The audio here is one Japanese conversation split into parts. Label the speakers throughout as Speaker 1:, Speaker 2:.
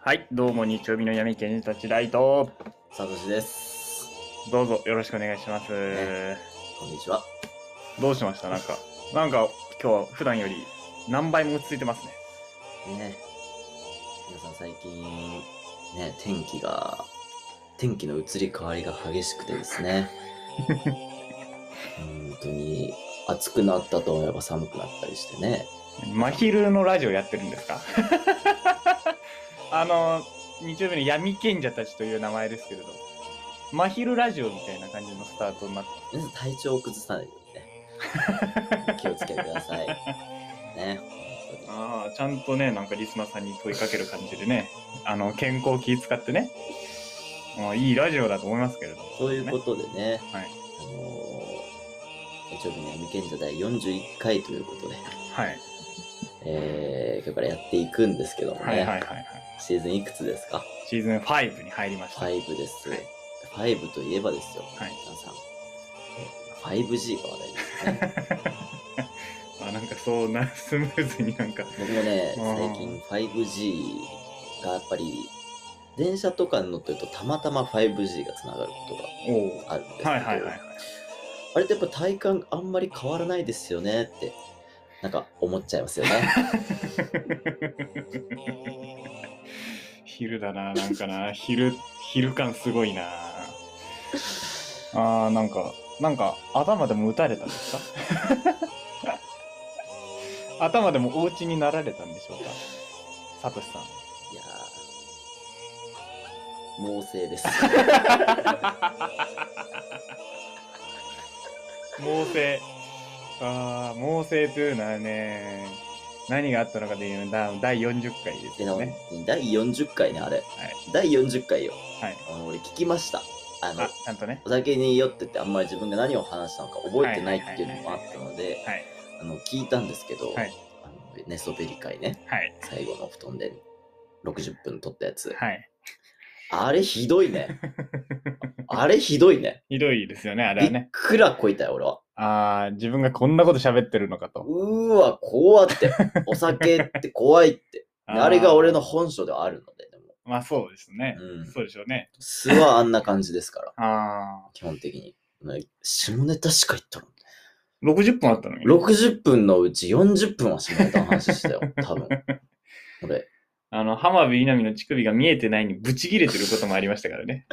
Speaker 1: はい、どうも日曜日の闇賢人たちライト、
Speaker 2: サトシです。
Speaker 1: どうぞよろしくお願いします。
Speaker 2: ねこんにちは。
Speaker 1: どうしましたなんか、なんか今日は普段より何倍も落ち着いてますね。
Speaker 2: ね。皆さん最近、ね、天気が、天気の移り変わりが激しくてで すね。本当に暑くなったと思えば寒くなったりしてね。
Speaker 1: 真昼のラジオやってるんですか あの、日曜日の闇賢者たちという名前ですけれど、真昼ラジオみたいな感じのスタートになってます
Speaker 2: 皆さん体調を崩さないようにね。気をつけてく ださい。ね。本当に
Speaker 1: ああ、ちゃんとね、なんかリスナーさんに問いかける感じでね、あの、健康気使ってね、あーいいラジオだと思いますけれど。
Speaker 2: ということでね、
Speaker 1: はい
Speaker 2: あのー、日曜日の闇賢者第41回ということで、
Speaker 1: はい。
Speaker 2: えー、今日からやっていくんですけどもね。
Speaker 1: はいはいはいはい。
Speaker 2: シーズンいくつですか
Speaker 1: シーズン5に入りました。
Speaker 2: ?5 です。
Speaker 1: はい
Speaker 2: 5といえばですよ、
Speaker 1: はい
Speaker 2: 皆さん。え 5G が話題です ね。
Speaker 1: あなんかそうな スムーズになんか
Speaker 2: 僕もね、
Speaker 1: うん
Speaker 2: 最近 5G がやっぱり、電車とかに乗ってるとたまたま 5G がつながることが
Speaker 1: おお
Speaker 2: あるんですけど、
Speaker 1: はいはいはいはい
Speaker 2: あれってやっぱ体感あんまり変わらないですよねって、なんか思っちゃいますよ ね。
Speaker 1: 昼だななんかな 昼昼感すごいなあーなんかなんか頭でも打たれたんですか 頭でもお家になられたんでしょうかサトシさん
Speaker 2: いやー、猛省です。
Speaker 1: 猛省ああ猛省というのはね何があったのかというのは第40回です
Speaker 2: で、な
Speaker 1: よ
Speaker 2: んか
Speaker 1: ね
Speaker 2: 第40回ね、あれ。第40回よ。
Speaker 1: はい
Speaker 2: あの俺聞きました。あの
Speaker 1: あ、ちゃんとね
Speaker 2: お酒に酔っててあんまり自分が何を話したのか覚えてないっていうのもあったので、
Speaker 1: はい
Speaker 2: あの聞いたんですけど、
Speaker 1: はい
Speaker 2: あの寝そべり会ね、
Speaker 1: はい
Speaker 2: 最後の布団で60分撮ったやつ。
Speaker 1: はい
Speaker 2: あれひどい ね。あれひどいね。
Speaker 1: ひどいですよね、あれ
Speaker 2: び
Speaker 1: は
Speaker 2: っ
Speaker 1: ね。
Speaker 2: くらこいたよ、俺は。
Speaker 1: ああ、自分がこんなこと喋ってるのかと。
Speaker 2: うーわ、怖って。お酒って怖い って。
Speaker 1: ー
Speaker 2: あれが俺の。本性ではあるので、でも。
Speaker 1: まあそうですね。
Speaker 2: うん
Speaker 1: そうでしょうね。
Speaker 2: 素はあんな感じですから、
Speaker 1: ああ、
Speaker 2: 基本的に。ね下ネタしか言ったの
Speaker 1: 60分あったのに。
Speaker 2: 60分のうち40分は下ネタの話して たよ、多分。俺、
Speaker 1: あの、浜辺稲美の乳首が見えてないにブチギレてることもありましたからね。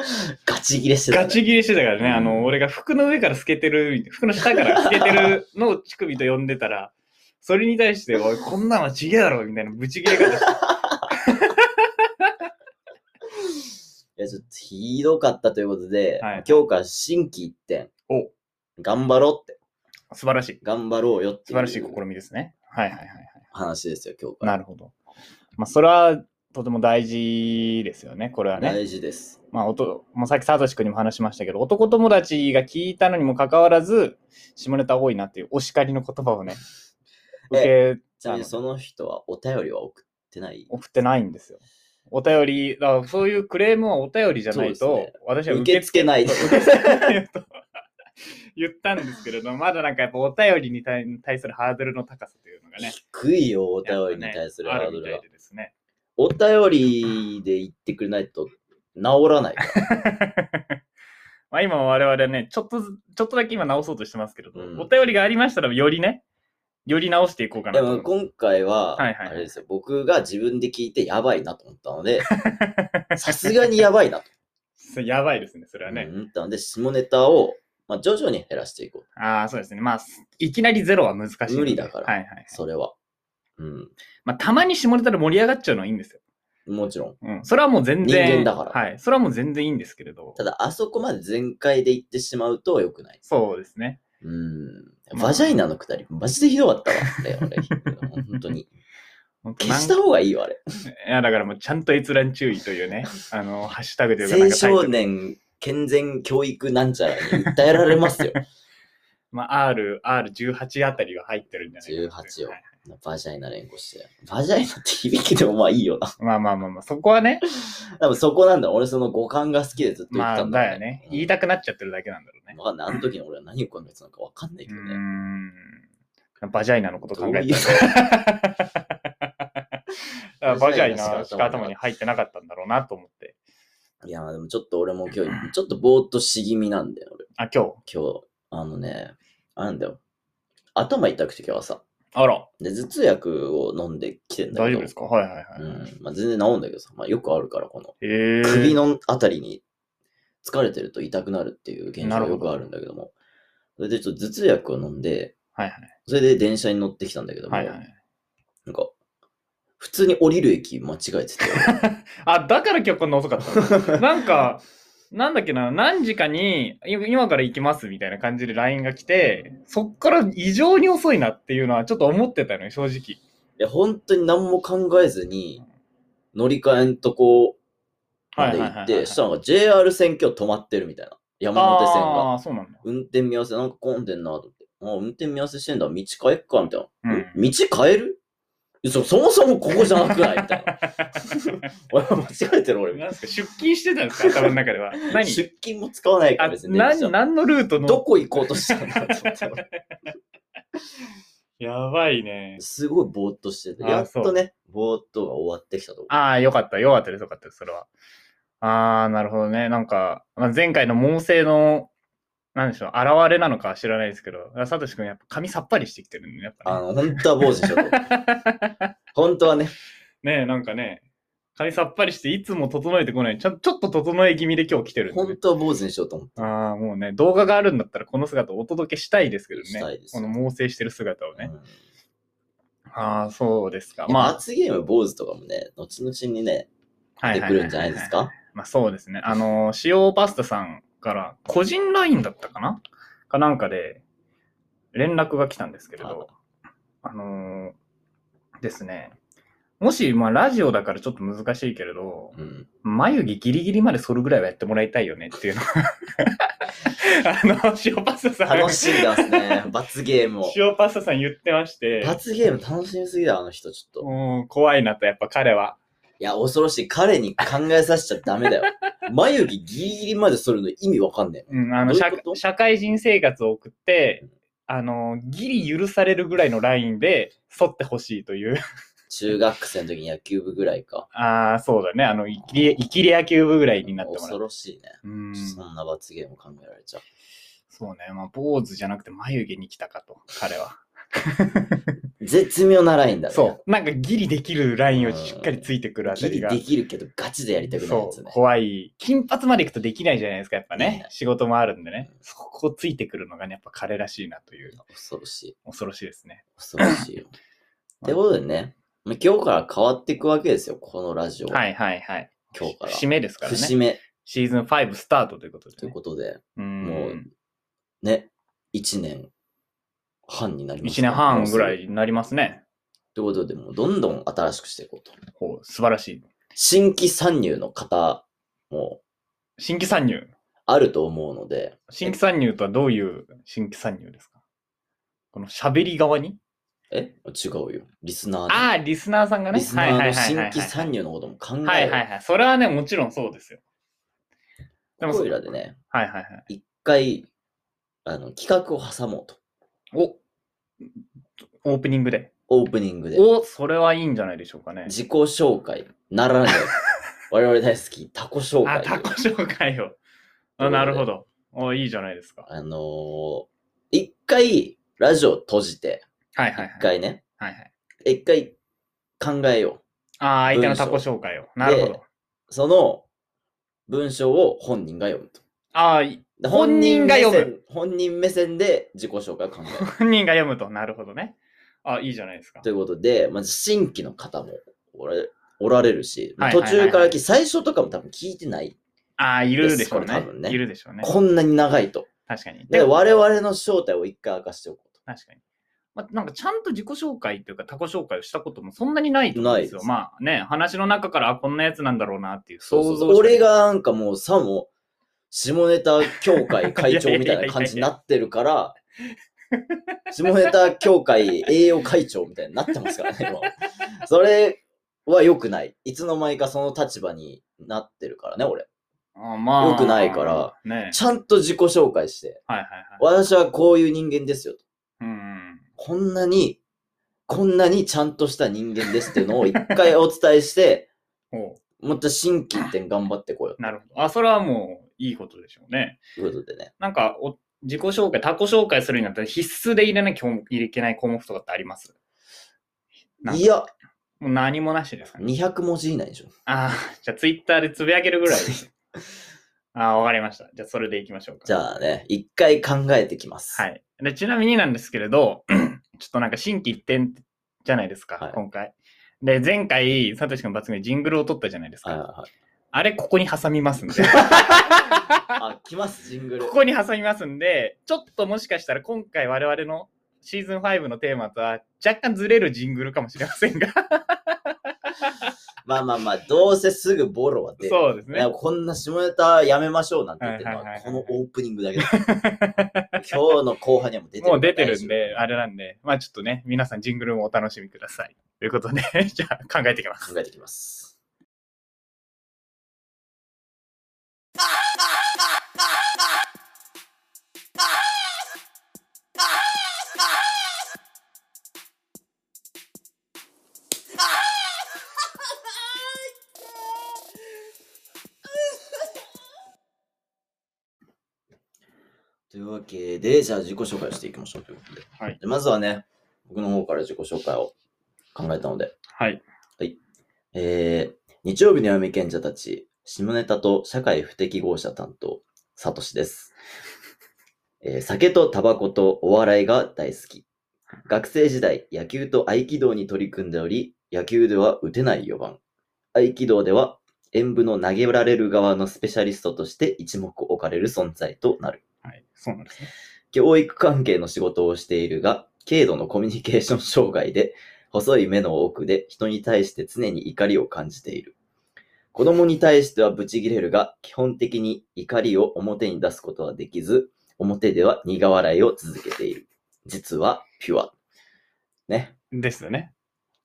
Speaker 2: ガチギレしてた、ね。
Speaker 1: ガチギレしてたからね、
Speaker 2: うん
Speaker 1: あの、俺が服の上から透けてる、服の下から透けてるのを乳首と呼んでたら、それに対して、おい、こんなのちげえだろみたいなブチギレ方して。
Speaker 2: いや、ちょっとひどかったということで、
Speaker 1: はい
Speaker 2: 今日から新規一点。
Speaker 1: お
Speaker 2: 頑張ろうって。
Speaker 1: 素晴らしい。
Speaker 2: 頑張ろうよって
Speaker 1: 素晴
Speaker 2: いう
Speaker 1: らしい試みですね。はいはいはいはい。
Speaker 2: 話ですよ、今日から。
Speaker 1: なるほど。まあ、それはとても大事ですよね、これはね。
Speaker 2: 大事です。
Speaker 1: まあ、おともうさっきサトシ君にも話しましたけど、男友達が聞いたのにもかかわらず、下ネタ多いなっていうお叱りの言葉を ね、受け
Speaker 2: ちなみにその人はお便りは送ってない。
Speaker 1: 送ってないんですよ。お便り、だからそういうクレームはお便りじゃない
Speaker 2: そう
Speaker 1: と、
Speaker 2: ですね
Speaker 1: 私は
Speaker 2: 受
Speaker 1: 受
Speaker 2: け
Speaker 1: け付
Speaker 2: 付けない
Speaker 1: け。受け付けないと 言ったんですけれど、まだなんかやっぱお便りに対対するハードルの高さというのがね、
Speaker 2: 低いよ、お
Speaker 1: お
Speaker 2: 便りに対するハードル
Speaker 1: ある
Speaker 2: が
Speaker 1: みた。いでですね。
Speaker 2: お便りで言ってくれないと治らないから。
Speaker 1: まあ今我々ね、ちょっとず、ちょっとだけ今直そうとしてますけれど、
Speaker 2: うん
Speaker 1: お便りがありましたらよりね、より直していこうかな
Speaker 2: で
Speaker 1: と思い
Speaker 2: も
Speaker 1: ます。
Speaker 2: 今回は、
Speaker 1: はいはいはい
Speaker 2: あれですよ、僕が自分で聞いてやばいなと思ったの で、さすがにやばいなと。
Speaker 1: それやばいですね、それはね。
Speaker 2: 思ったので、下ネタを、まあ、徐々に減らしていこう。
Speaker 1: ああ、そうですね。まあ、いきなりゼロは難しいので。
Speaker 2: 無理だから
Speaker 1: はいはい。
Speaker 2: それは。うん。
Speaker 1: まあ、たまに下ネタで盛り上がっちゃうのはいいんですよ。
Speaker 2: もちろん。
Speaker 1: うん。それはもう全然。
Speaker 2: 人間だから
Speaker 1: はい。それはもう全然いいんですけれど。
Speaker 2: ただ、あそこまで全開で行ってしまうと良くない。
Speaker 1: そうですね。
Speaker 2: うん。
Speaker 1: まあ
Speaker 2: バジャイナのくだり、マジでひどかったわ。あれ、俺、本当に。
Speaker 1: 本当
Speaker 2: 消した方がいいわ、あれ。
Speaker 1: なんいや、だからもうちゃんと閲覧注意という ね、あの、ハッシュタグというかなん
Speaker 2: 青
Speaker 1: かタイト
Speaker 2: 少
Speaker 1: ル、
Speaker 2: 年健全教育なんちゃらに訴えられますよ。
Speaker 1: まあ、R、R18 あたりは入ってるんじゃないかなという
Speaker 2: 18を
Speaker 1: はい
Speaker 2: バジャイナ連呼して。バジャイナって響きでもまあいいよな。
Speaker 1: まあまあまあまあ、そこはね、
Speaker 2: 多分そこなんだ。俺その五感が好きでずっと言
Speaker 1: ま
Speaker 2: ってた
Speaker 1: あ、
Speaker 2: んだ、
Speaker 1: だよね。言いたくなっちゃってるだけなんだろうね。
Speaker 2: わかんない。あの時に俺は何を考えてたのかわかんないうけどね。
Speaker 1: ーん。バジャイナのこと
Speaker 2: ど
Speaker 1: 考
Speaker 2: う
Speaker 1: え
Speaker 2: い
Speaker 1: て
Speaker 2: う
Speaker 1: た。からバジャイ
Speaker 2: バジャイ
Speaker 1: な
Speaker 2: が
Speaker 1: し
Speaker 2: し
Speaker 1: か頭
Speaker 2: か頭
Speaker 1: に
Speaker 2: に
Speaker 1: 入ってなかったんだろうなと思って。
Speaker 2: いや、でもちょっと俺も今日、ちょっとぼーっとし気味なんだよ、俺。
Speaker 1: あ、今日。
Speaker 2: 今日、あのね、あれなんだよ。頭痛くて今日朝。
Speaker 1: あら、
Speaker 2: で、頭痛薬を飲んできてんだ
Speaker 1: 大
Speaker 2: け
Speaker 1: 丈
Speaker 2: ど。
Speaker 1: 夫ですかはいはいはい。
Speaker 2: うん。まあ、全然治るんだけどさ、まあ、よくあるから、この
Speaker 1: へえ。
Speaker 2: 首のあたりに疲れてると痛くなるっていう現象
Speaker 1: なる
Speaker 2: が
Speaker 1: ほど
Speaker 2: よくあるんだけども。それでちょっと頭痛薬を飲んで、
Speaker 1: はいは
Speaker 2: それで電車に乗ってきたんだけど
Speaker 1: い。
Speaker 2: も、
Speaker 1: はいはい。
Speaker 2: なんか、普通に降りる駅間違えてて。
Speaker 1: あ、だから今日こんな遅かった の。なんか、なんだっけな、何時かに、い今から行きますみたいな感じで LINE が来て、そっから異常に遅いなっていうのはちょっと思ってたのよ、正直。
Speaker 2: いや、本当に何も考えずに、乗り換えんとこまで行
Speaker 1: はいはいは
Speaker 2: っ
Speaker 1: いはいは
Speaker 2: て、
Speaker 1: い
Speaker 2: したらなんか JR 線今日止まってるみたいな。山手線
Speaker 1: あ
Speaker 2: が。
Speaker 1: あー、そうなんだ。
Speaker 2: 運転見合わせなんか混んでんなと思って。あー運転見合わせしてんだ。道変えっかみたいな。
Speaker 1: うん
Speaker 2: ん道変えるいやそそもそもここじゃなくないみた いな。 俺間違えてる俺みたい
Speaker 1: なんですか、出勤してたんですか、頭の中で は。
Speaker 2: な。
Speaker 1: 何
Speaker 2: 出勤も使わないか
Speaker 1: あ
Speaker 2: ら別に電車
Speaker 1: 何何のルート
Speaker 2: ど
Speaker 1: の
Speaker 2: こ行こうとしたんだと思って俺。
Speaker 1: やばいね。
Speaker 2: すごいぼーっとしてて。
Speaker 1: あー
Speaker 2: やっとね、ぼーっとが終わってきたとこ。
Speaker 1: ああ、よかった、よかったです、よかったです、それは。ああ、なるほどね。なんか、まあ、前回の猛省の、なんでしょう、現れなのかは知らないですけど、サトシ君、やっぱ髪さっぱりしてきてるね、やっ
Speaker 2: あ
Speaker 1: ぱね。
Speaker 2: の、本当は坊主でし ょと。本当はね。
Speaker 1: ねえ、なんかね、髪さっぱりして、いつも整えてこない、ちょちょっと整え気味で今日来てるんでね、
Speaker 2: 本当は坊主にしようと思って。
Speaker 1: ああ、もうね、動画があるんだったら、この姿をお届けしたいですけど
Speaker 2: し
Speaker 1: ね。
Speaker 2: たいです
Speaker 1: こ
Speaker 2: よ
Speaker 1: の猛省してる姿をね。
Speaker 2: うん
Speaker 1: ああ、そうですか。
Speaker 2: まあ、
Speaker 1: ま
Speaker 2: 罰ゲーム坊主とかもね、後々にね、
Speaker 1: あ、
Speaker 2: 出てくるんじゃないですか
Speaker 1: まあそうですね。あの、塩パスタさんから、個人 LINE だったかなかなんかで、連絡が来たんですけれど、あのーですね、もし、まあラジオだからちょっと難しいけれど、
Speaker 2: うん。
Speaker 1: 眉毛ギリギリまで剃るぐらいはやってもらいたいよねっていうの あの、塩パスタさん、
Speaker 2: 楽しんでま すね、罰ゲームを。
Speaker 1: 塩パスタさん言ってまして、
Speaker 2: 罰ゲーム楽しみすぎだ、あの人、ちょっと。
Speaker 1: うん怖いなと、やっぱ彼は。
Speaker 2: いや、恐ろしい。彼に考えさせちゃダメだよ。 眉毛ギリギリまで剃るの意味わかんねえ
Speaker 1: うん、あの
Speaker 2: どうい
Speaker 1: 社
Speaker 2: うこと
Speaker 1: 社会人生活を送って、あの、ギリ許されるぐらいのラインで、沿ってほしいという。
Speaker 2: 中学生の時に野球部ぐらいか。
Speaker 1: ああ、そうだね。あの、生きり、生きり野球部ぐらいになってもら
Speaker 2: 恐
Speaker 1: う。
Speaker 2: ろしいね。
Speaker 1: うん。
Speaker 2: そんな罰ゲーム考えられちゃう。
Speaker 1: そうね。まあ、坊主じゃなくて眉毛に来たかと、彼は。
Speaker 2: 絶妙なラインだね。
Speaker 1: そう。なんかギリできるラインをしっかりついてくるあた
Speaker 2: ギ
Speaker 1: り
Speaker 2: リ
Speaker 1: が。
Speaker 2: できるけど、ガチでやりたくないや
Speaker 1: そ
Speaker 2: つ
Speaker 1: う
Speaker 2: ね。
Speaker 1: 怖い金髪までいくとできないじゃないですかやっぱね
Speaker 2: ね
Speaker 1: 仕事もあるんでね
Speaker 2: うん
Speaker 1: そこをついてくるのがねやっぱ彼らしいなという
Speaker 2: 恐ろしい。
Speaker 1: 恐ろしいですね
Speaker 2: 恐ろし いよ。ってことでね、まあ今日から変わっていくわけですよ、このラジオ。
Speaker 1: はいはいはい
Speaker 2: 今日から。
Speaker 1: 節目ですからね
Speaker 2: 節目
Speaker 1: シーズン5スタートということで、
Speaker 2: という
Speaker 1: ね。
Speaker 2: ことで、
Speaker 1: うん
Speaker 2: もうね、1年半になります
Speaker 1: 1年半ぐら
Speaker 2: もうす
Speaker 1: いになりますね。
Speaker 2: ぐということで、もうどんどん新しくしていこうと。
Speaker 1: ほう素晴らしい。
Speaker 2: 新規参入の方も
Speaker 1: 新規参入。
Speaker 2: あると思うので、
Speaker 1: 新規参入とはどういう新規参入ですかこの喋り側に
Speaker 2: え違うよ。リスナーの
Speaker 1: ああ、リスナーさんがね。
Speaker 2: リスナーの新
Speaker 1: はいはいはいはい
Speaker 2: 規参入のことも考える。
Speaker 1: はいはいはい。それはね、もちろんそうですよ。でもそ
Speaker 2: こいらでね、
Speaker 1: はいはいはい。
Speaker 2: 一回、あの、企画を挟もうと。
Speaker 1: おオープニングで。
Speaker 2: オープニングで。
Speaker 1: おそれはいいんじゃないでしょうかね。
Speaker 2: 自己紹介な らぬ我々大好きタコ紹介
Speaker 1: あ、タコ紹介を。あなるほど。おいいじゃないですか。
Speaker 2: あのー一回ラジオ閉じて
Speaker 1: はいはい
Speaker 2: 一
Speaker 1: はい。
Speaker 2: 回ね
Speaker 1: はいはい、
Speaker 2: 一回考えよ
Speaker 1: ああ、相手のタコ紹介を。なるほど
Speaker 2: で。うその文章を本人が読むと
Speaker 1: ああ、い
Speaker 2: で
Speaker 1: 本人が読
Speaker 2: む本人目線で自己紹介を考 える
Speaker 1: 本人が読むと、なるほどね。あいいじゃないですか
Speaker 2: と。いうことで、まず新規の方もおらおられるし、
Speaker 1: はいはい
Speaker 2: 途
Speaker 1: はい
Speaker 2: 中から聞き最初とかも多分聞いてない、
Speaker 1: ああ、いるでしょう
Speaker 2: ですこれ多
Speaker 1: ね
Speaker 2: 分ね
Speaker 1: いるでしょうね。
Speaker 2: こんなに長いと
Speaker 1: 確かに。
Speaker 2: で
Speaker 1: でも、
Speaker 2: 我々の正体を一回明かしておこうと
Speaker 1: 確かに。まあ、なんかちゃんと自己紹介というか、他己紹介をしたこともそんなにないと思うんですよ。
Speaker 2: ないです
Speaker 1: まあね、話の中からあこんなやつなんだろうなっていう
Speaker 2: そ
Speaker 1: 想
Speaker 2: う
Speaker 1: 像
Speaker 2: そう俺
Speaker 1: しか
Speaker 2: がなんかもうさも下ネタ協会会長みたいな感じになって るから、下ネタ協会栄養会長みたいになってますからね、今それは良くない。いつの間にかその立場になってるからね、俺。
Speaker 1: あまあ、
Speaker 2: 良くないから。
Speaker 1: ね。
Speaker 2: ちゃんと自己紹介して、
Speaker 1: はいはいはい。
Speaker 2: 私はこういう人間ですよと。
Speaker 1: うんうん。
Speaker 2: こんなにこんなにちゃんとした人間ですっていうのを一回お伝えして、
Speaker 1: おう
Speaker 2: もっと心機一転頑張ってこよ
Speaker 1: なるほど。あ、それはもういいことでしょうね。
Speaker 2: うということでね。
Speaker 1: なんかお、自己紹介、他己紹介するになったら必須で入れなきゃいけない項目とかってありますなんか
Speaker 2: いや、
Speaker 1: もう何もなしですかね。
Speaker 2: 200文字以内でしょ。
Speaker 1: ああ、じゃあツイッターでつぶやけるぐらい です。ああ、わかりました。じゃあそれでいきましょうか。
Speaker 2: じゃあね、一回考えてきます。
Speaker 1: はい。でちなみになんですけれど、 ちょっとなんか心機一転じゃないですか、
Speaker 2: はい
Speaker 1: 今回。で、前回、サトシ君抜群ジングルを撮ったじゃないですか。
Speaker 2: はいはいはい。
Speaker 1: あれ、ここに挟みますん で。
Speaker 2: あ、来ます、ジングル。
Speaker 1: ここに挟みますんで、ちょっともしかしたら今回我々のシーズン5のテーマとは若干ずれるジングルかもしれませんが。
Speaker 2: まあまあまあ、どうせすぐボロは出る。
Speaker 1: そうです
Speaker 2: いや
Speaker 1: ね。
Speaker 2: こんな下ネタやめましょうなんて言ってるの
Speaker 1: はいは
Speaker 2: は、
Speaker 1: いはい
Speaker 2: こ
Speaker 1: はい
Speaker 2: のオープニングだけです。 今日の後半にはもう出てる。
Speaker 1: もう出てるんで、あれなんで、まあちょっとね、皆さんジングルもお楽しみください。ということで、 じゃあ考えていきます。
Speaker 2: 考えてきます。というわけで、じゃあ自己紹介をしていきましょうということで。
Speaker 1: はい。
Speaker 2: でまずはね、僕の方から自己紹介を考えたので、
Speaker 1: はい。
Speaker 2: えー日曜日の闇賢者たち、下ネタと社会不適合者担当、サトシです。えー酒とタバコとお笑いが大好き。学生時代、野球と合気道に取り組んでおり、野球では打てない4番。合気道では演武の投げられる側のスペシャリストとして一目置かれる存在となる。
Speaker 1: はい。そうなんですね。
Speaker 2: 教育関係の仕事をしているが、軽度のコミュニケーション障害で、細い目の奥で人に対して常に怒りを感じている。子供に対してはブチギレるが、基本的に怒りを表に出すことはできず、表では苦笑いを続けている。実はピュア。ね。
Speaker 1: ですよね。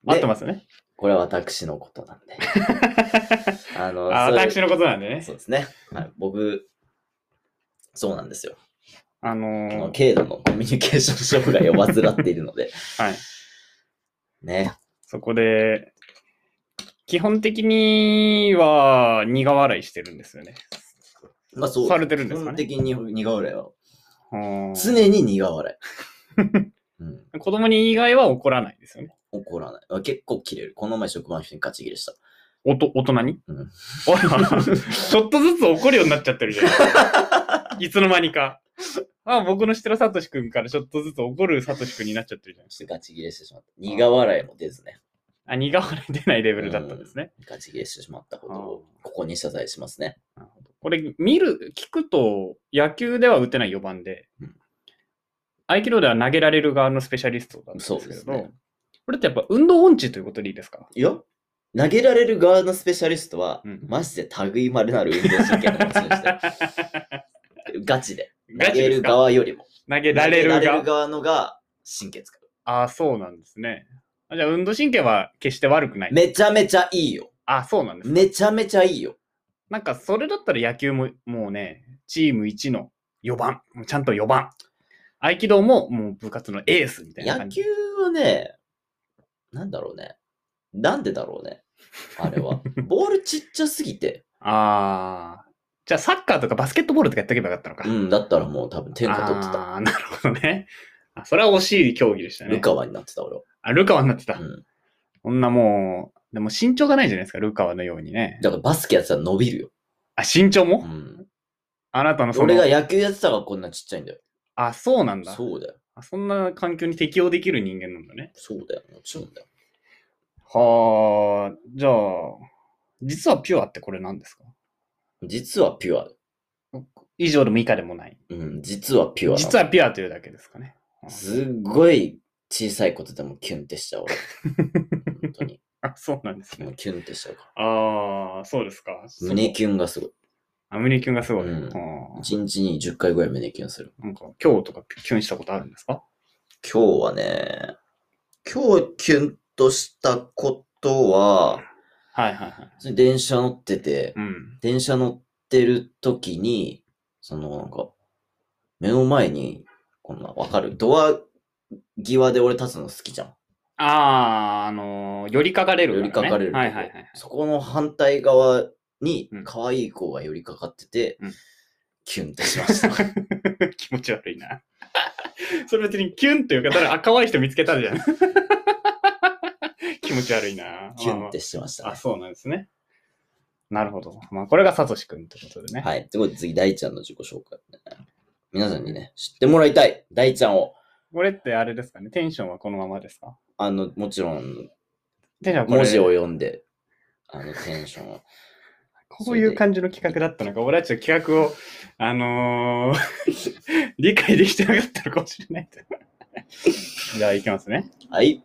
Speaker 2: で
Speaker 1: 合ってますよね。
Speaker 2: これは私のことなん で。あの、
Speaker 1: あ
Speaker 2: そういう
Speaker 1: 私のことなんでね
Speaker 2: そう。ですね。はい、僕、そうなんですよ。
Speaker 1: あの
Speaker 2: あ
Speaker 1: ー、
Speaker 2: の軽度のコミュニケーション障害を患っているので、
Speaker 1: はい。
Speaker 2: ね。
Speaker 1: そこで、基本的には苦笑いしてるんですよね。
Speaker 2: まあそう。
Speaker 1: されてるんですか
Speaker 2: 基本
Speaker 1: ね。
Speaker 2: 的に苦笑いは。
Speaker 1: うん
Speaker 2: 常に苦笑 い。うん、
Speaker 1: 子供に以外は怒らないですよね。
Speaker 2: 怒らないあ。結構切れる。この前職場の人にガチ切れした。
Speaker 1: おと大人に、
Speaker 2: うん
Speaker 1: おちょっとずつ怒るようになっちゃってるじゃ ないいつの間にか。あ僕の知ってるサトシ君からちょっとずつ怒るサトシ君になっちゃってるじゃない
Speaker 2: ガチ切れしてしまった。苦笑いも出ずね。
Speaker 1: あ苦笑い出ないレベルだったんですね。
Speaker 2: ガチ切れしてしまったことを、ここに謝罪しますね。
Speaker 1: これ見る、聞くと野球では打てない4番で、
Speaker 2: うん
Speaker 1: 合気道では投げられる側のスペシャリストだったんですけれ
Speaker 2: そう
Speaker 1: ど、
Speaker 2: ですね
Speaker 1: これってやっぱ運動音痴ということでいいですか
Speaker 2: いや、投げられる側のスペシャリストは、
Speaker 1: うん
Speaker 2: マジで類いまれなる運動神経の持ち主で ガチで。
Speaker 1: ガ
Speaker 2: 投
Speaker 1: チ
Speaker 2: げ
Speaker 1: です
Speaker 2: る
Speaker 1: か
Speaker 2: 側よりも。
Speaker 1: 投げられる
Speaker 2: 投げ
Speaker 1: 側。
Speaker 2: 側のが神経使う。
Speaker 1: ああ、そうなんですね。あじゃあ運動神経は決して悪くない。
Speaker 2: めちゃめちゃいいよ。
Speaker 1: ああ、そうなんですね
Speaker 2: めちゃめちゃいいよ。
Speaker 1: なんかそれだったら野球ももうね、チーム1の4番、もうちゃんと4番。合気道ももう部活のエースみたいな
Speaker 2: 野
Speaker 1: 感じ。
Speaker 2: 球はね、なんだろうね。なんでだろうね。あれ は。ボールちっちゃすぎて。
Speaker 1: ああ。じゃあサッカーとかバスケットボールとかやっとけばよかったのか。
Speaker 2: うん、だったらもう多分天下取ってた。
Speaker 1: ああ、なるほどね。あそれは惜しい競技でしたね。
Speaker 2: ルカワになってた俺は。
Speaker 1: あ、ルカワになってた。
Speaker 2: うん。
Speaker 1: こんなもう、でも身長がないじゃないですか、ルカワのようにね。
Speaker 2: だからバスケやってたら伸びるよ。
Speaker 1: あ、身長
Speaker 2: う
Speaker 1: も
Speaker 2: ん。
Speaker 1: あなたのそ
Speaker 2: 俺
Speaker 1: の
Speaker 2: が。野球やってたからこんなちっちゃいんだよ。
Speaker 1: あ、そうなんだ。
Speaker 2: そうだよ。
Speaker 1: あそんな環境に適応できる人間なんだね。
Speaker 2: そうだよ。もちろんだよ。
Speaker 1: はあ、じゃあ、実はピュアってこれ何ですか
Speaker 2: 実はピュア。
Speaker 1: 以上でも以下でもない。
Speaker 2: うん、実はピュアな。
Speaker 1: 実はピュアというだけですかね。
Speaker 2: すっごい小さいことでもキュンってし ちゃう俺。本当に。
Speaker 1: あ、そうなんです
Speaker 2: も
Speaker 1: ね
Speaker 2: う。キュンってしちゃうから。
Speaker 1: ああ、そうですか。
Speaker 2: 胸キュンがすごい。
Speaker 1: ュン。胸キュンがすごい。
Speaker 2: うん
Speaker 1: あー
Speaker 2: 一日に10回ぐらい胸キュンする。
Speaker 1: なんか、今日とかキュンしたことあるんですか
Speaker 2: 今日はね、今日キュンとしたことは、
Speaker 1: はいはいはい。
Speaker 2: 普通に電車乗ってて
Speaker 1: う、ん。
Speaker 2: 電車乗ってる時に、そのなんか、目の前に、こんなわかるドア際で俺立つの好きじゃん。
Speaker 1: ああ、あのー寄りかかれる、
Speaker 2: 寄りかかれるとこ、
Speaker 1: はいはいはいはい。
Speaker 2: そこの反対側に
Speaker 1: うん
Speaker 2: 可愛い子が寄りかかってて、
Speaker 1: うん
Speaker 2: キュンってしま した。
Speaker 1: 気持ち悪いな。 それ別にキュンっていうか、ただあ可愛い人見つけたじゃん。 気持ち悪いな。
Speaker 2: キュンってしました
Speaker 1: あ、
Speaker 2: ね。
Speaker 1: そうなんですね。なるほど。まあ、これがサトシ君ってことでね。
Speaker 2: はい。ということで次、大ちゃんの自己紹介、皆さんにね、知ってもらいたい。大ちゃんを。
Speaker 1: これってあれですかね。テンションはこのままですか
Speaker 2: あの、もちろん、
Speaker 1: テンションはこれ
Speaker 2: 文字を読んで、あの、テンションを。
Speaker 1: こういう感じの企画だったのか、俺はちょっと企画を、あの ー理解できてなかったのかもしれない。じゃあ、いきますね。
Speaker 2: はい。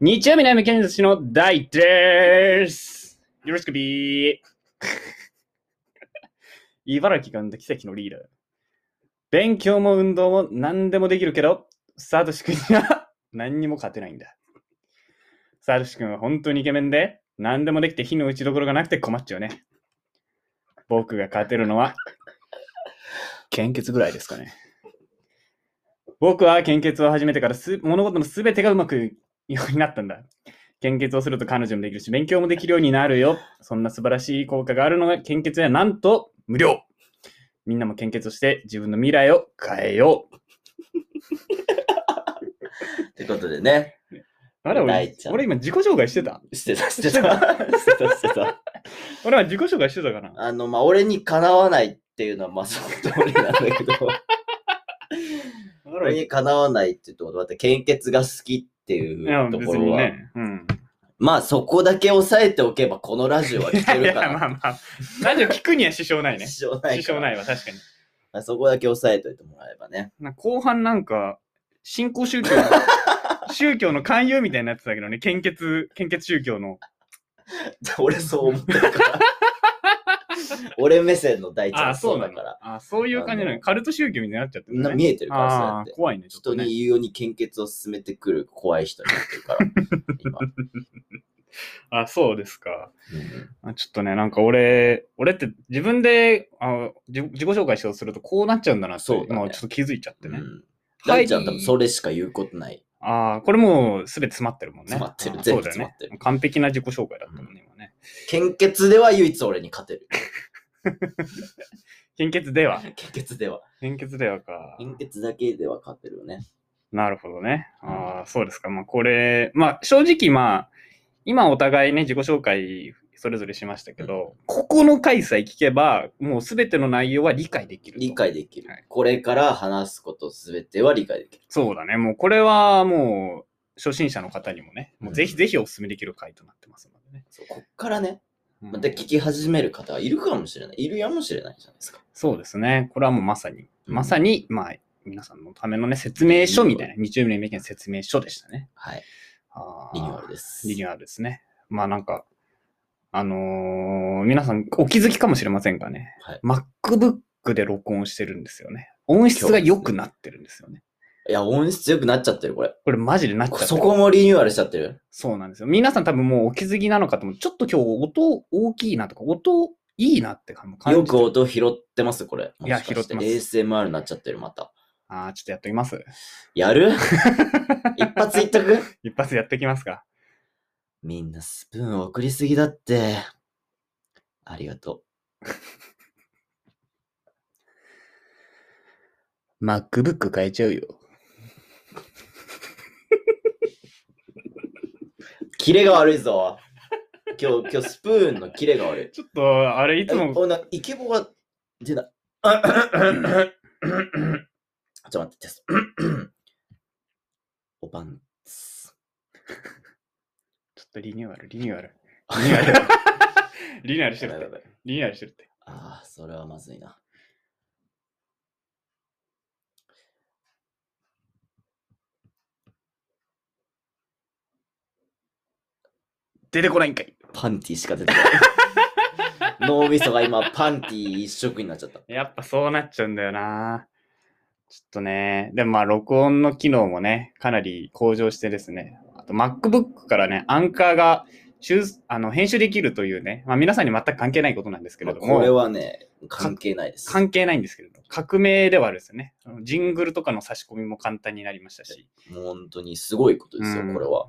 Speaker 1: 日曜日の闇剣術師の大です。よろしくビー。 茨城が生んだ奇跡のリーダー。勉強も運動も何でもできるけど、サトシ君には 何にも勝てないんだ。サトシ君は本当にイケメンで、何でもできて火の打ちどころがなくて困っちゃうね。僕が勝てるのは、献血ぐらいですかね。僕は献血を始めてからす物事の全てがうまくようになったんだ。献血をすると彼女もできるし、勉強もできるようになるよ。そんな素晴らしい効果があるのが献血やなんと無料。みんなも献血をして自分の未来を変えよう。
Speaker 2: ということでね、
Speaker 1: あれ
Speaker 2: 大
Speaker 1: 俺
Speaker 2: ちゃん
Speaker 1: 俺今自己紹介してた
Speaker 2: 捨てた、捨てた。捨てた、捨てた。
Speaker 1: 俺は自己紹介してたかな
Speaker 2: あの、まあ、俺にかなわないっていうのは、まあ、その通りなんだ けど、俺にかなわないっていうところ、また献血が好きって
Speaker 1: い
Speaker 2: い
Speaker 1: や
Speaker 2: うと
Speaker 1: 別
Speaker 2: ころ
Speaker 1: に
Speaker 2: は、
Speaker 1: ね。うん。
Speaker 2: まあ、そこだけ押さえておけば、このラジオは聞け
Speaker 1: い
Speaker 2: る
Speaker 1: や
Speaker 2: から。
Speaker 1: まあまあ、ラジオ聞くには支障ないね。
Speaker 2: 支障ない
Speaker 1: 支
Speaker 2: から
Speaker 1: 障ないわ、確かに。
Speaker 2: まあそこだけ押さえといてもらえ ばね。
Speaker 1: なんか後半なんか、新興宗教、 宗教の勧誘みたいになってたけどね、献血、献血宗教の。
Speaker 2: 俺そう思ってる から。俺目線の大ちゃんそうだ
Speaker 1: の
Speaker 2: から。
Speaker 1: あ、そういう感じな
Speaker 2: あ
Speaker 1: の。
Speaker 2: の
Speaker 1: カルト宗教みたいになっちゃってる、
Speaker 2: な見えてるから、そうや
Speaker 1: あ
Speaker 2: っ
Speaker 1: ー
Speaker 2: て。
Speaker 1: 怖いね、ちょっ
Speaker 2: 人
Speaker 1: と、ね。
Speaker 2: に言うように献血を進めてくる怖い人になって るから。今
Speaker 1: あ、そうですか。
Speaker 2: うん
Speaker 1: あちょっとね、なんか俺、俺って自分であ自自己紹介しようとするとこうなっちゃうんだなって、
Speaker 2: そうだね
Speaker 1: 今ちょっと気づいちゃってね。
Speaker 2: うん
Speaker 1: はい
Speaker 2: 大ちゃん多分それしか言うことない。
Speaker 1: ああ、これもうすべて詰まってるもんね。
Speaker 2: 詰まってる
Speaker 1: あー
Speaker 2: 全
Speaker 1: そう
Speaker 2: 部
Speaker 1: だよ
Speaker 2: 詰まってる
Speaker 1: ね。完璧な自己紹介だったもんね、今ね。
Speaker 2: 献血では唯一俺に勝てる。
Speaker 1: 献血では。
Speaker 2: 献血では。
Speaker 1: 献血ではか。
Speaker 2: 献血だけでは勝てるよね。
Speaker 1: なるほどね。ああ、そうですか。まあ、これ、まあ、正直、まあ、今お互いね、自己紹介それぞれしましたけど、ここの回さえ聞けば、もうすべての内容は理解できると。
Speaker 2: 理解できる
Speaker 1: はい。
Speaker 2: これから話すことすべては理解できる。
Speaker 1: そうだね。もうこれはもう、初心者の方にもね、もうぜひぜひお勧めできる回となってますのでね。
Speaker 2: そうこっからね、
Speaker 1: うん
Speaker 2: また聞き始める方はいるかもしれない。いるやもしれないじゃないですか。
Speaker 1: そうですね。これはもうまさに、
Speaker 2: うん
Speaker 1: まさに、まあ、皆さんのためのね、説明書みたいな、日曜日の意見説明書でしたね。
Speaker 2: はい。
Speaker 1: あー
Speaker 2: リニューアルです。
Speaker 1: リニューアルですね。まあなんか、あのー皆さんお気づきかもしれませんがね、
Speaker 2: はい
Speaker 1: MacBook で録音してるんですよね。音質が良くなってるんですよね。
Speaker 2: いや、音質良くなっちゃってる、これ。
Speaker 1: これマジでなっちゃってる
Speaker 2: そこもリニューアルしちゃってる。
Speaker 1: そうなんですよ。皆さん多分もうお気づきなのかと思う。ちょっと今日音大きいなとか、音いいなって感じ。
Speaker 2: よく音拾ってます、これ。
Speaker 1: いや
Speaker 2: もし
Speaker 1: 拾
Speaker 2: かして
Speaker 1: ってます
Speaker 2: ASMR になっちゃってる、また。
Speaker 1: ああ、ちょっとやっておきます。
Speaker 2: やる一発一択
Speaker 1: 一発やってきますか。
Speaker 2: みんなスプーン送りすぎだって。ありがと
Speaker 1: MacBook 変えちゃうよ。
Speaker 2: う。キレが悪いぞ。今日、今日スプーンのキレが悪い。
Speaker 1: ちょっと、あれいつ
Speaker 2: え
Speaker 1: も、
Speaker 2: おなイケボが出ない。ちょっと待ってです。おばんです。
Speaker 1: ちょっとリニューアル、リニューアル。リニューアル。リニューアルしてるって。リニューアルしてるって。
Speaker 2: ああ、それはまずいな。
Speaker 1: 出てこないんかい。
Speaker 2: パンティしか出てこない。脳みそが今、パンティ一色になっちゃった。
Speaker 1: やっぱそうなっちゃうんだよな。ちょっとね、でもまあ録音の機能もね、かなり向上してですね、あと MacBook からね、アンカーが収あの編集できるというね、まあ、皆さんに全く関係ないことなんですけ
Speaker 2: ま
Speaker 1: れ
Speaker 2: あ
Speaker 1: ども、
Speaker 2: これはね、関係ないです。
Speaker 1: 関係ないんですけれど、革命ではあるんですよね。あのジングルとかの差し込みも簡単になりましたし、
Speaker 2: もう本当にすごいことですよ、
Speaker 1: うん
Speaker 2: これは。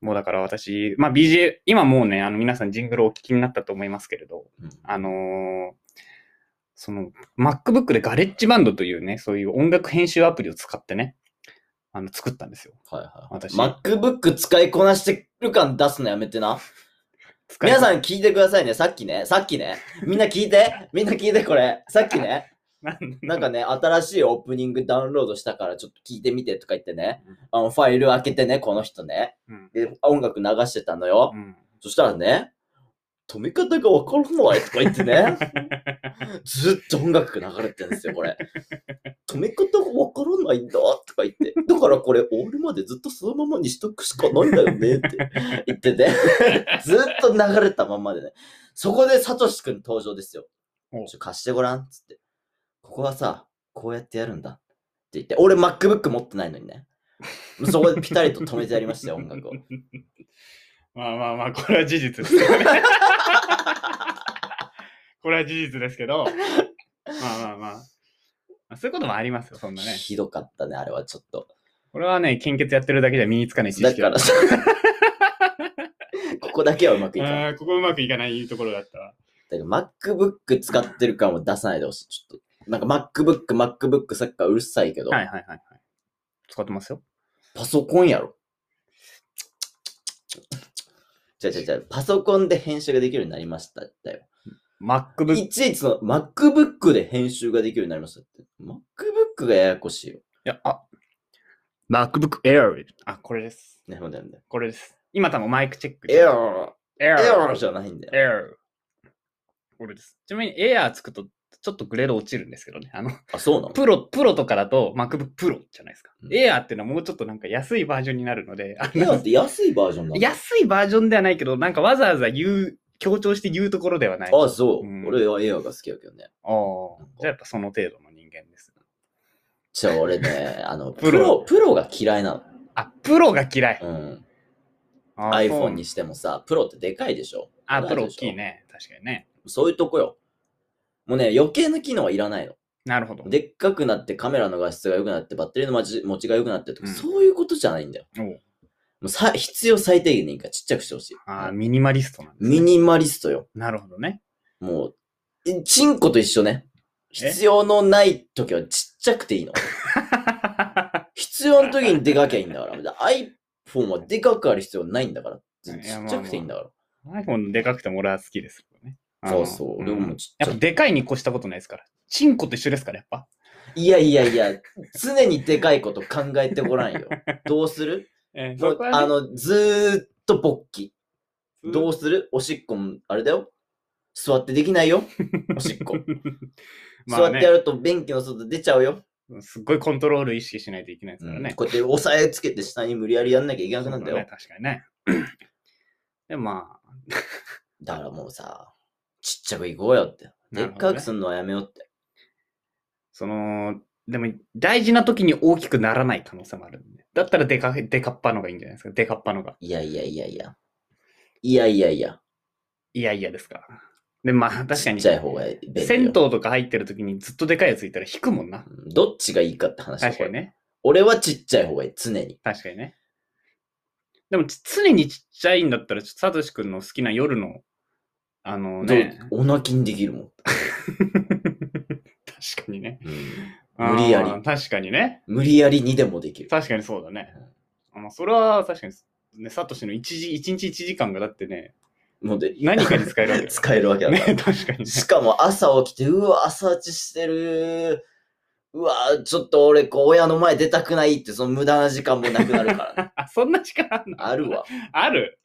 Speaker 1: もうだから私、まあ、BJ、今もうね、あの皆さんジングルをお聞きになったと思いますけれど、
Speaker 2: うん
Speaker 1: あのーその MacBook でガレッジバンドというね、そういう音楽編集アプリを使ってね、あの作ったんですよ。
Speaker 2: はいはい。
Speaker 1: 私
Speaker 2: MacBook 使いこなしてる感出すのやめてな。
Speaker 1: 使い
Speaker 2: 皆さん聞いてくださいね。さっきね。さっきね。みんな聞い て。みんな聞いてこれ。さっきね。
Speaker 1: なん
Speaker 2: なんかね、新しいオープニングダウンロードしたからちょっと聞いてみてとか言ってね。あの、ファイル開けてね、この人ね。
Speaker 1: うん
Speaker 2: で、音楽流してたのよ
Speaker 1: う。ん
Speaker 2: そしたらね、止め方がわからないとか言っ てね。ずっと音楽が流れてるんですよ、これ。止め方がわからないんだとか言って。だからこれ、オールまでずっとそのままにしとくしかないんだよねって言ってね。ずっと流れたまんまでね。そこでサトシくん登場ですよ。
Speaker 1: お
Speaker 2: ちょ貸してごらんっつって。ここはさ、こうやってやるんだって言って。俺 MacBook 持ってないのにね。そこでピタリと止めてやりましたよ、音楽 を。
Speaker 1: まあまあまあ、これは事実ですよ ね。これは事実ですけど、まあまあまあまあ。そういうこともありますよ、そんなね。
Speaker 2: ひどかったね、あれはちょっと。
Speaker 1: これはね、献血やってるだけじゃ身につかない知
Speaker 2: だ
Speaker 1: 識
Speaker 2: からさ、 ここだけはうまくいかない。
Speaker 1: あーここうまくいかないところだったわ。
Speaker 2: だから MacBook 使ってる感を出さないでほしい。ちょっと。なんか MacBook、MacBook さっきからうるさいけど、
Speaker 1: はいはいはいはい。使ってますよ。
Speaker 2: パソコンやろ。じゃじゃじゃパソコンで編集ができるようになりましただよ。
Speaker 1: MacBook。い
Speaker 2: いちいちその MacBook で編集ができるようになりましたって。MacBook がややこしいよ。
Speaker 1: や、あ、MacBook Air。あ、これです。
Speaker 2: ね、ほんだよね。
Speaker 1: これです。今多分マイクチェック。
Speaker 2: エア
Speaker 1: Air
Speaker 2: ーエアーじゃないんだよ。
Speaker 1: Air。これです。ちなみに Air つくと、ちょっとグレード落ちるんですけどね。あの、
Speaker 2: あ、そうなの
Speaker 1: プロ、プロとかだと MacBook Pro じゃないですか
Speaker 2: う。ん
Speaker 1: Air っていうのはもうちょっとなんか安いバージョンになるので、あ
Speaker 2: エアー
Speaker 1: の
Speaker 2: って安いバージョンなの
Speaker 1: 安いバージョンではないけど、なんかわざわざ言う、強調して言うところではない。
Speaker 2: あ、そ
Speaker 1: う
Speaker 2: う。
Speaker 1: ん
Speaker 2: 俺はエアーが好きやけどね。
Speaker 1: あーじゃあやっぱその程度の人間です。
Speaker 2: じゃあ俺ね、あの、
Speaker 1: プ
Speaker 2: プ
Speaker 1: ロ
Speaker 2: ロ、プロが嫌いな
Speaker 1: あ、プロが嫌い。
Speaker 2: の。うん。
Speaker 1: あーそう
Speaker 2: iPhone にしてもさ、プロってでかいでしょ。
Speaker 1: あ、プ
Speaker 2: でか
Speaker 1: ロ
Speaker 2: い
Speaker 1: 大
Speaker 2: でしょ
Speaker 1: きい。ね。確かにね。
Speaker 2: そういうとこよ。もうね、余計な機能はいらないの。
Speaker 1: なるほど。
Speaker 2: でっかくなってカメラの画質が良くなって、バッテリーの持ち持ちが良くなってとか、
Speaker 1: うん
Speaker 2: そういうことじゃないんだよ。
Speaker 1: おう
Speaker 2: もうさ必要最低限にいいからちっちゃくしてほしい。
Speaker 1: あーミニマリストなんです、ね。
Speaker 2: ミニマリストよ。
Speaker 1: なるほどね。
Speaker 2: もう、えチンコと一緒ね。
Speaker 1: え
Speaker 2: 必要のない時はちっちゃくていいの。必要の時にでかきゃいいんだから。で iPhone はでかくある必要ないんだから。ちっ
Speaker 1: いや
Speaker 2: ちゃくていいんだから。
Speaker 1: iPhone でかくても俺は好きですけどね。あの
Speaker 2: そうそ
Speaker 1: ん
Speaker 2: う。俺もちっ
Speaker 1: や
Speaker 2: ち
Speaker 1: っ
Speaker 2: ゃ
Speaker 1: ぱ
Speaker 2: い。
Speaker 1: でかいに越したことないですから。チンコと一緒ですから、やっぱ。
Speaker 2: いやいやいや、常にでかいこと考えてごらん よ。どうする
Speaker 1: え
Speaker 2: もうあの、ずーっと勃起。どう
Speaker 1: す
Speaker 2: するおしっこも、あれだよ。座ってできな いよ。おしっこ。
Speaker 1: ま
Speaker 2: 座
Speaker 1: あ
Speaker 2: ってや
Speaker 1: ね、
Speaker 2: ると便器の外出ちゃうよ。
Speaker 1: すっごいコントロール意識しないといけないですから
Speaker 2: うん
Speaker 1: ね。
Speaker 2: こうやって押さえつけて下に無理やりやんなきゃいけな
Speaker 1: そ
Speaker 2: く
Speaker 1: う
Speaker 2: な
Speaker 1: だ
Speaker 2: るんだよ
Speaker 1: ね。確かに ね。でもまあ、
Speaker 2: だからもうさ、ちっちゃくいこうよって。
Speaker 1: な
Speaker 2: で
Speaker 1: る
Speaker 2: っ
Speaker 1: ほどね
Speaker 2: かくすんのはやめようって。
Speaker 1: その、でも大事な時に大きくならない可能性もあるんで。だったらでか、でかっぱのがいいんじゃないですか。でかっぱのが。
Speaker 2: いやいやいやいや。いやいやいや。
Speaker 1: いやいやですから。で、まあ確か
Speaker 2: ちっ
Speaker 1: に
Speaker 2: ち、ゃい方が便利よ。
Speaker 1: 銭湯とか入ってる時にずっとでかいやついたら引くもんな。
Speaker 2: うんどっちがいいかって話だ
Speaker 1: 確かに。ね。
Speaker 2: これ俺はちっちゃい方がいい、常に。
Speaker 1: 確かにね。でも、ち常にちっちゃいんだったら、ちょっとサトシ君の好きな夜の、あのね。
Speaker 2: どうお泣きにできるもん。
Speaker 1: 確かにね。
Speaker 2: 無理やり
Speaker 1: あー確かにね。
Speaker 2: 無理やりにでもできる。
Speaker 1: 確かにそうだね。まあ、それは確かに、ね、サトシの一時、一日一時間がだってね、
Speaker 2: ので、
Speaker 1: 何かに使えるわけ だ
Speaker 2: 使えるわけだ
Speaker 1: ね、
Speaker 2: から。
Speaker 1: 確かにね。
Speaker 2: しかも朝起きて、うわ、朝落ちしてる。うわ、ちょっと俺、こう、親の前出たくないって、その無駄な時間もなくなるか らね、
Speaker 1: あ、そんな時間あるの
Speaker 2: あるわ。
Speaker 1: ある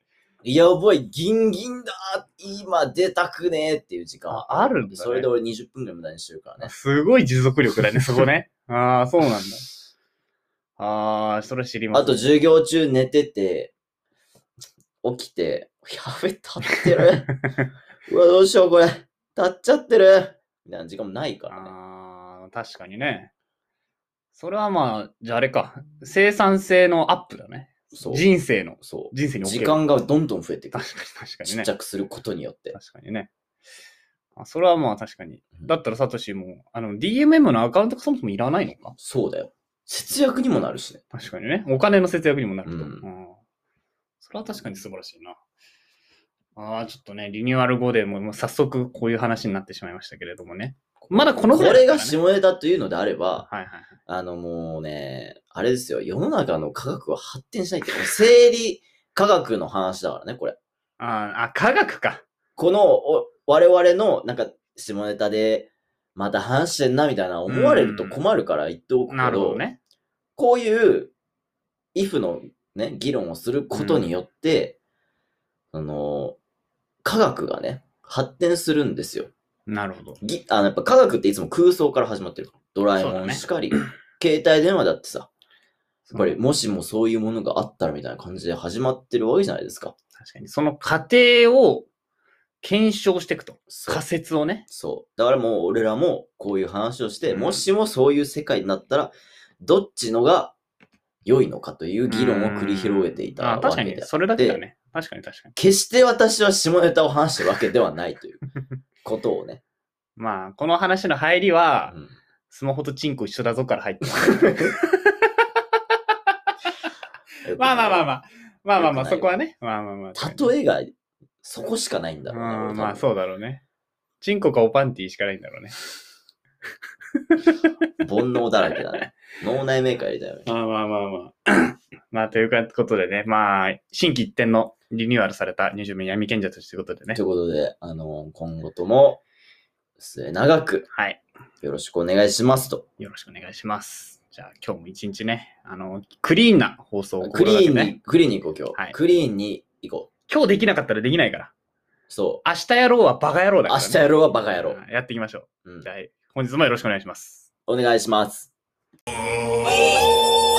Speaker 2: やばい、ギンギンだ今出たくねえっていう時間は
Speaker 1: ああるんだね
Speaker 2: それで俺20分ぐらい無駄にしてるからね。
Speaker 1: すごい持続力だね、そこ ね。ああ、そうなんだ。ああ、それ知りま
Speaker 2: あ
Speaker 1: す。
Speaker 2: と授業中寝てて、起きて、やべ、立っ てる。うわ、どうしよう、これ。立っちゃってる。みたいな時間もないからね。
Speaker 1: ああ、確かにね。それはまあ、じゃああれか。生産性のアップだね。
Speaker 2: そう。
Speaker 1: 人生の、
Speaker 2: そ
Speaker 1: 人生
Speaker 2: う。
Speaker 1: におけ
Speaker 2: 時
Speaker 1: る
Speaker 2: 間がどんどん増えていくる。
Speaker 1: 確かに確かに
Speaker 2: ち
Speaker 1: ね
Speaker 2: っち。ゃくすることによって。
Speaker 1: 確かにね。あそれはまあ確かに。
Speaker 2: うん
Speaker 1: だったらサトシも、あの、DMM のアカウントがそもそもいらないのか
Speaker 2: そうだよ。節約にもなるしね。
Speaker 1: 確かにね。お金の節約にもなると。
Speaker 2: うん
Speaker 1: うんそれは確かに素晴らしいな。ああ、ちょっとね、リニューアル後でももう早速こういう話になってしまいましたけれどもね。まだこの
Speaker 2: こ
Speaker 1: ぐらい
Speaker 2: れ
Speaker 1: だ
Speaker 2: が
Speaker 1: ったらね
Speaker 2: 下ネタというのであれば、
Speaker 1: はいはい。
Speaker 2: あのもうね、あれですよ。世の中の科学は発展しないって。生理科学の話だからね、これ。
Speaker 1: あーあ、科学か。
Speaker 2: このお我々のなんか下ネタでまた話してんなみたいな思われると困るから言っておくけ
Speaker 1: なるほ
Speaker 2: ど
Speaker 1: どね。
Speaker 2: こういう if の、ね、議論をすることによって、あの科学がね発展するんですよ
Speaker 1: なるほど。
Speaker 2: ぎあのやっぱ科学っていつも空想から始まってるからドラえ
Speaker 1: そうだ
Speaker 2: もん
Speaker 1: ね
Speaker 2: しかり、 携帯電話だってさやっぱりもしもそういうものがあったらみたいな感じで始まってるわけじゃないですか。
Speaker 1: 確かに。その過程を検証していくと。
Speaker 2: そう
Speaker 1: 仮説をね。
Speaker 2: そう。だからもう俺らもこういう話をして、
Speaker 1: うん
Speaker 2: もしもそういう世界になったら、どっちのが良いのかという議論を繰り広げてい
Speaker 1: あ
Speaker 2: た
Speaker 1: ー
Speaker 2: わ
Speaker 1: 確か
Speaker 2: けで
Speaker 1: に、
Speaker 2: あっ
Speaker 1: それだけだ
Speaker 2: て
Speaker 1: ね。確かに確かに。
Speaker 2: 決して私は下ネタを話してるわけではない ということをね。
Speaker 1: まあ、この話の入りは、
Speaker 2: うん
Speaker 1: スマホとチンコ一緒だぞから入ってる まあまあまあまあ。まあまあまあ、
Speaker 2: よくないわ
Speaker 1: そこはね。まあまあまあ。
Speaker 2: 例えがそこしかないんだろうな
Speaker 1: う
Speaker 2: 俺多
Speaker 1: ん、
Speaker 2: 分
Speaker 1: まあそうだろうね。チンコかおパンティしかないんだろうね。
Speaker 2: 煩悩だらけだね。脳内メーカー入れたよね。
Speaker 1: まあまあまあ まあ。まあということでね、まあ、新規一点のリニューアルされた入場面闇賢者ということでね
Speaker 2: とい。うことで、あの今後とも末長く
Speaker 1: はい。
Speaker 2: よろしくお願いしますと。
Speaker 1: よろしくお願いします。じゃあ今日も一日ね、あの、クリーンな放送を
Speaker 2: ク
Speaker 1: 心が
Speaker 2: リ
Speaker 1: けて
Speaker 2: ーン
Speaker 1: ね。
Speaker 2: に、クリーンに行こう今日。
Speaker 1: はい
Speaker 2: クリーンに行こう。
Speaker 1: 今日できなかったらできないから。
Speaker 2: そう。
Speaker 1: 明日やろうはバカ野郎だか
Speaker 2: 明
Speaker 1: ら、ね。
Speaker 2: 日やろうはバカ野郎。
Speaker 1: うんやっていきましょ
Speaker 2: う
Speaker 1: う。
Speaker 2: ん
Speaker 1: じゃあ本日もよろしくお願いします。
Speaker 2: お願いします。
Speaker 3: Oh!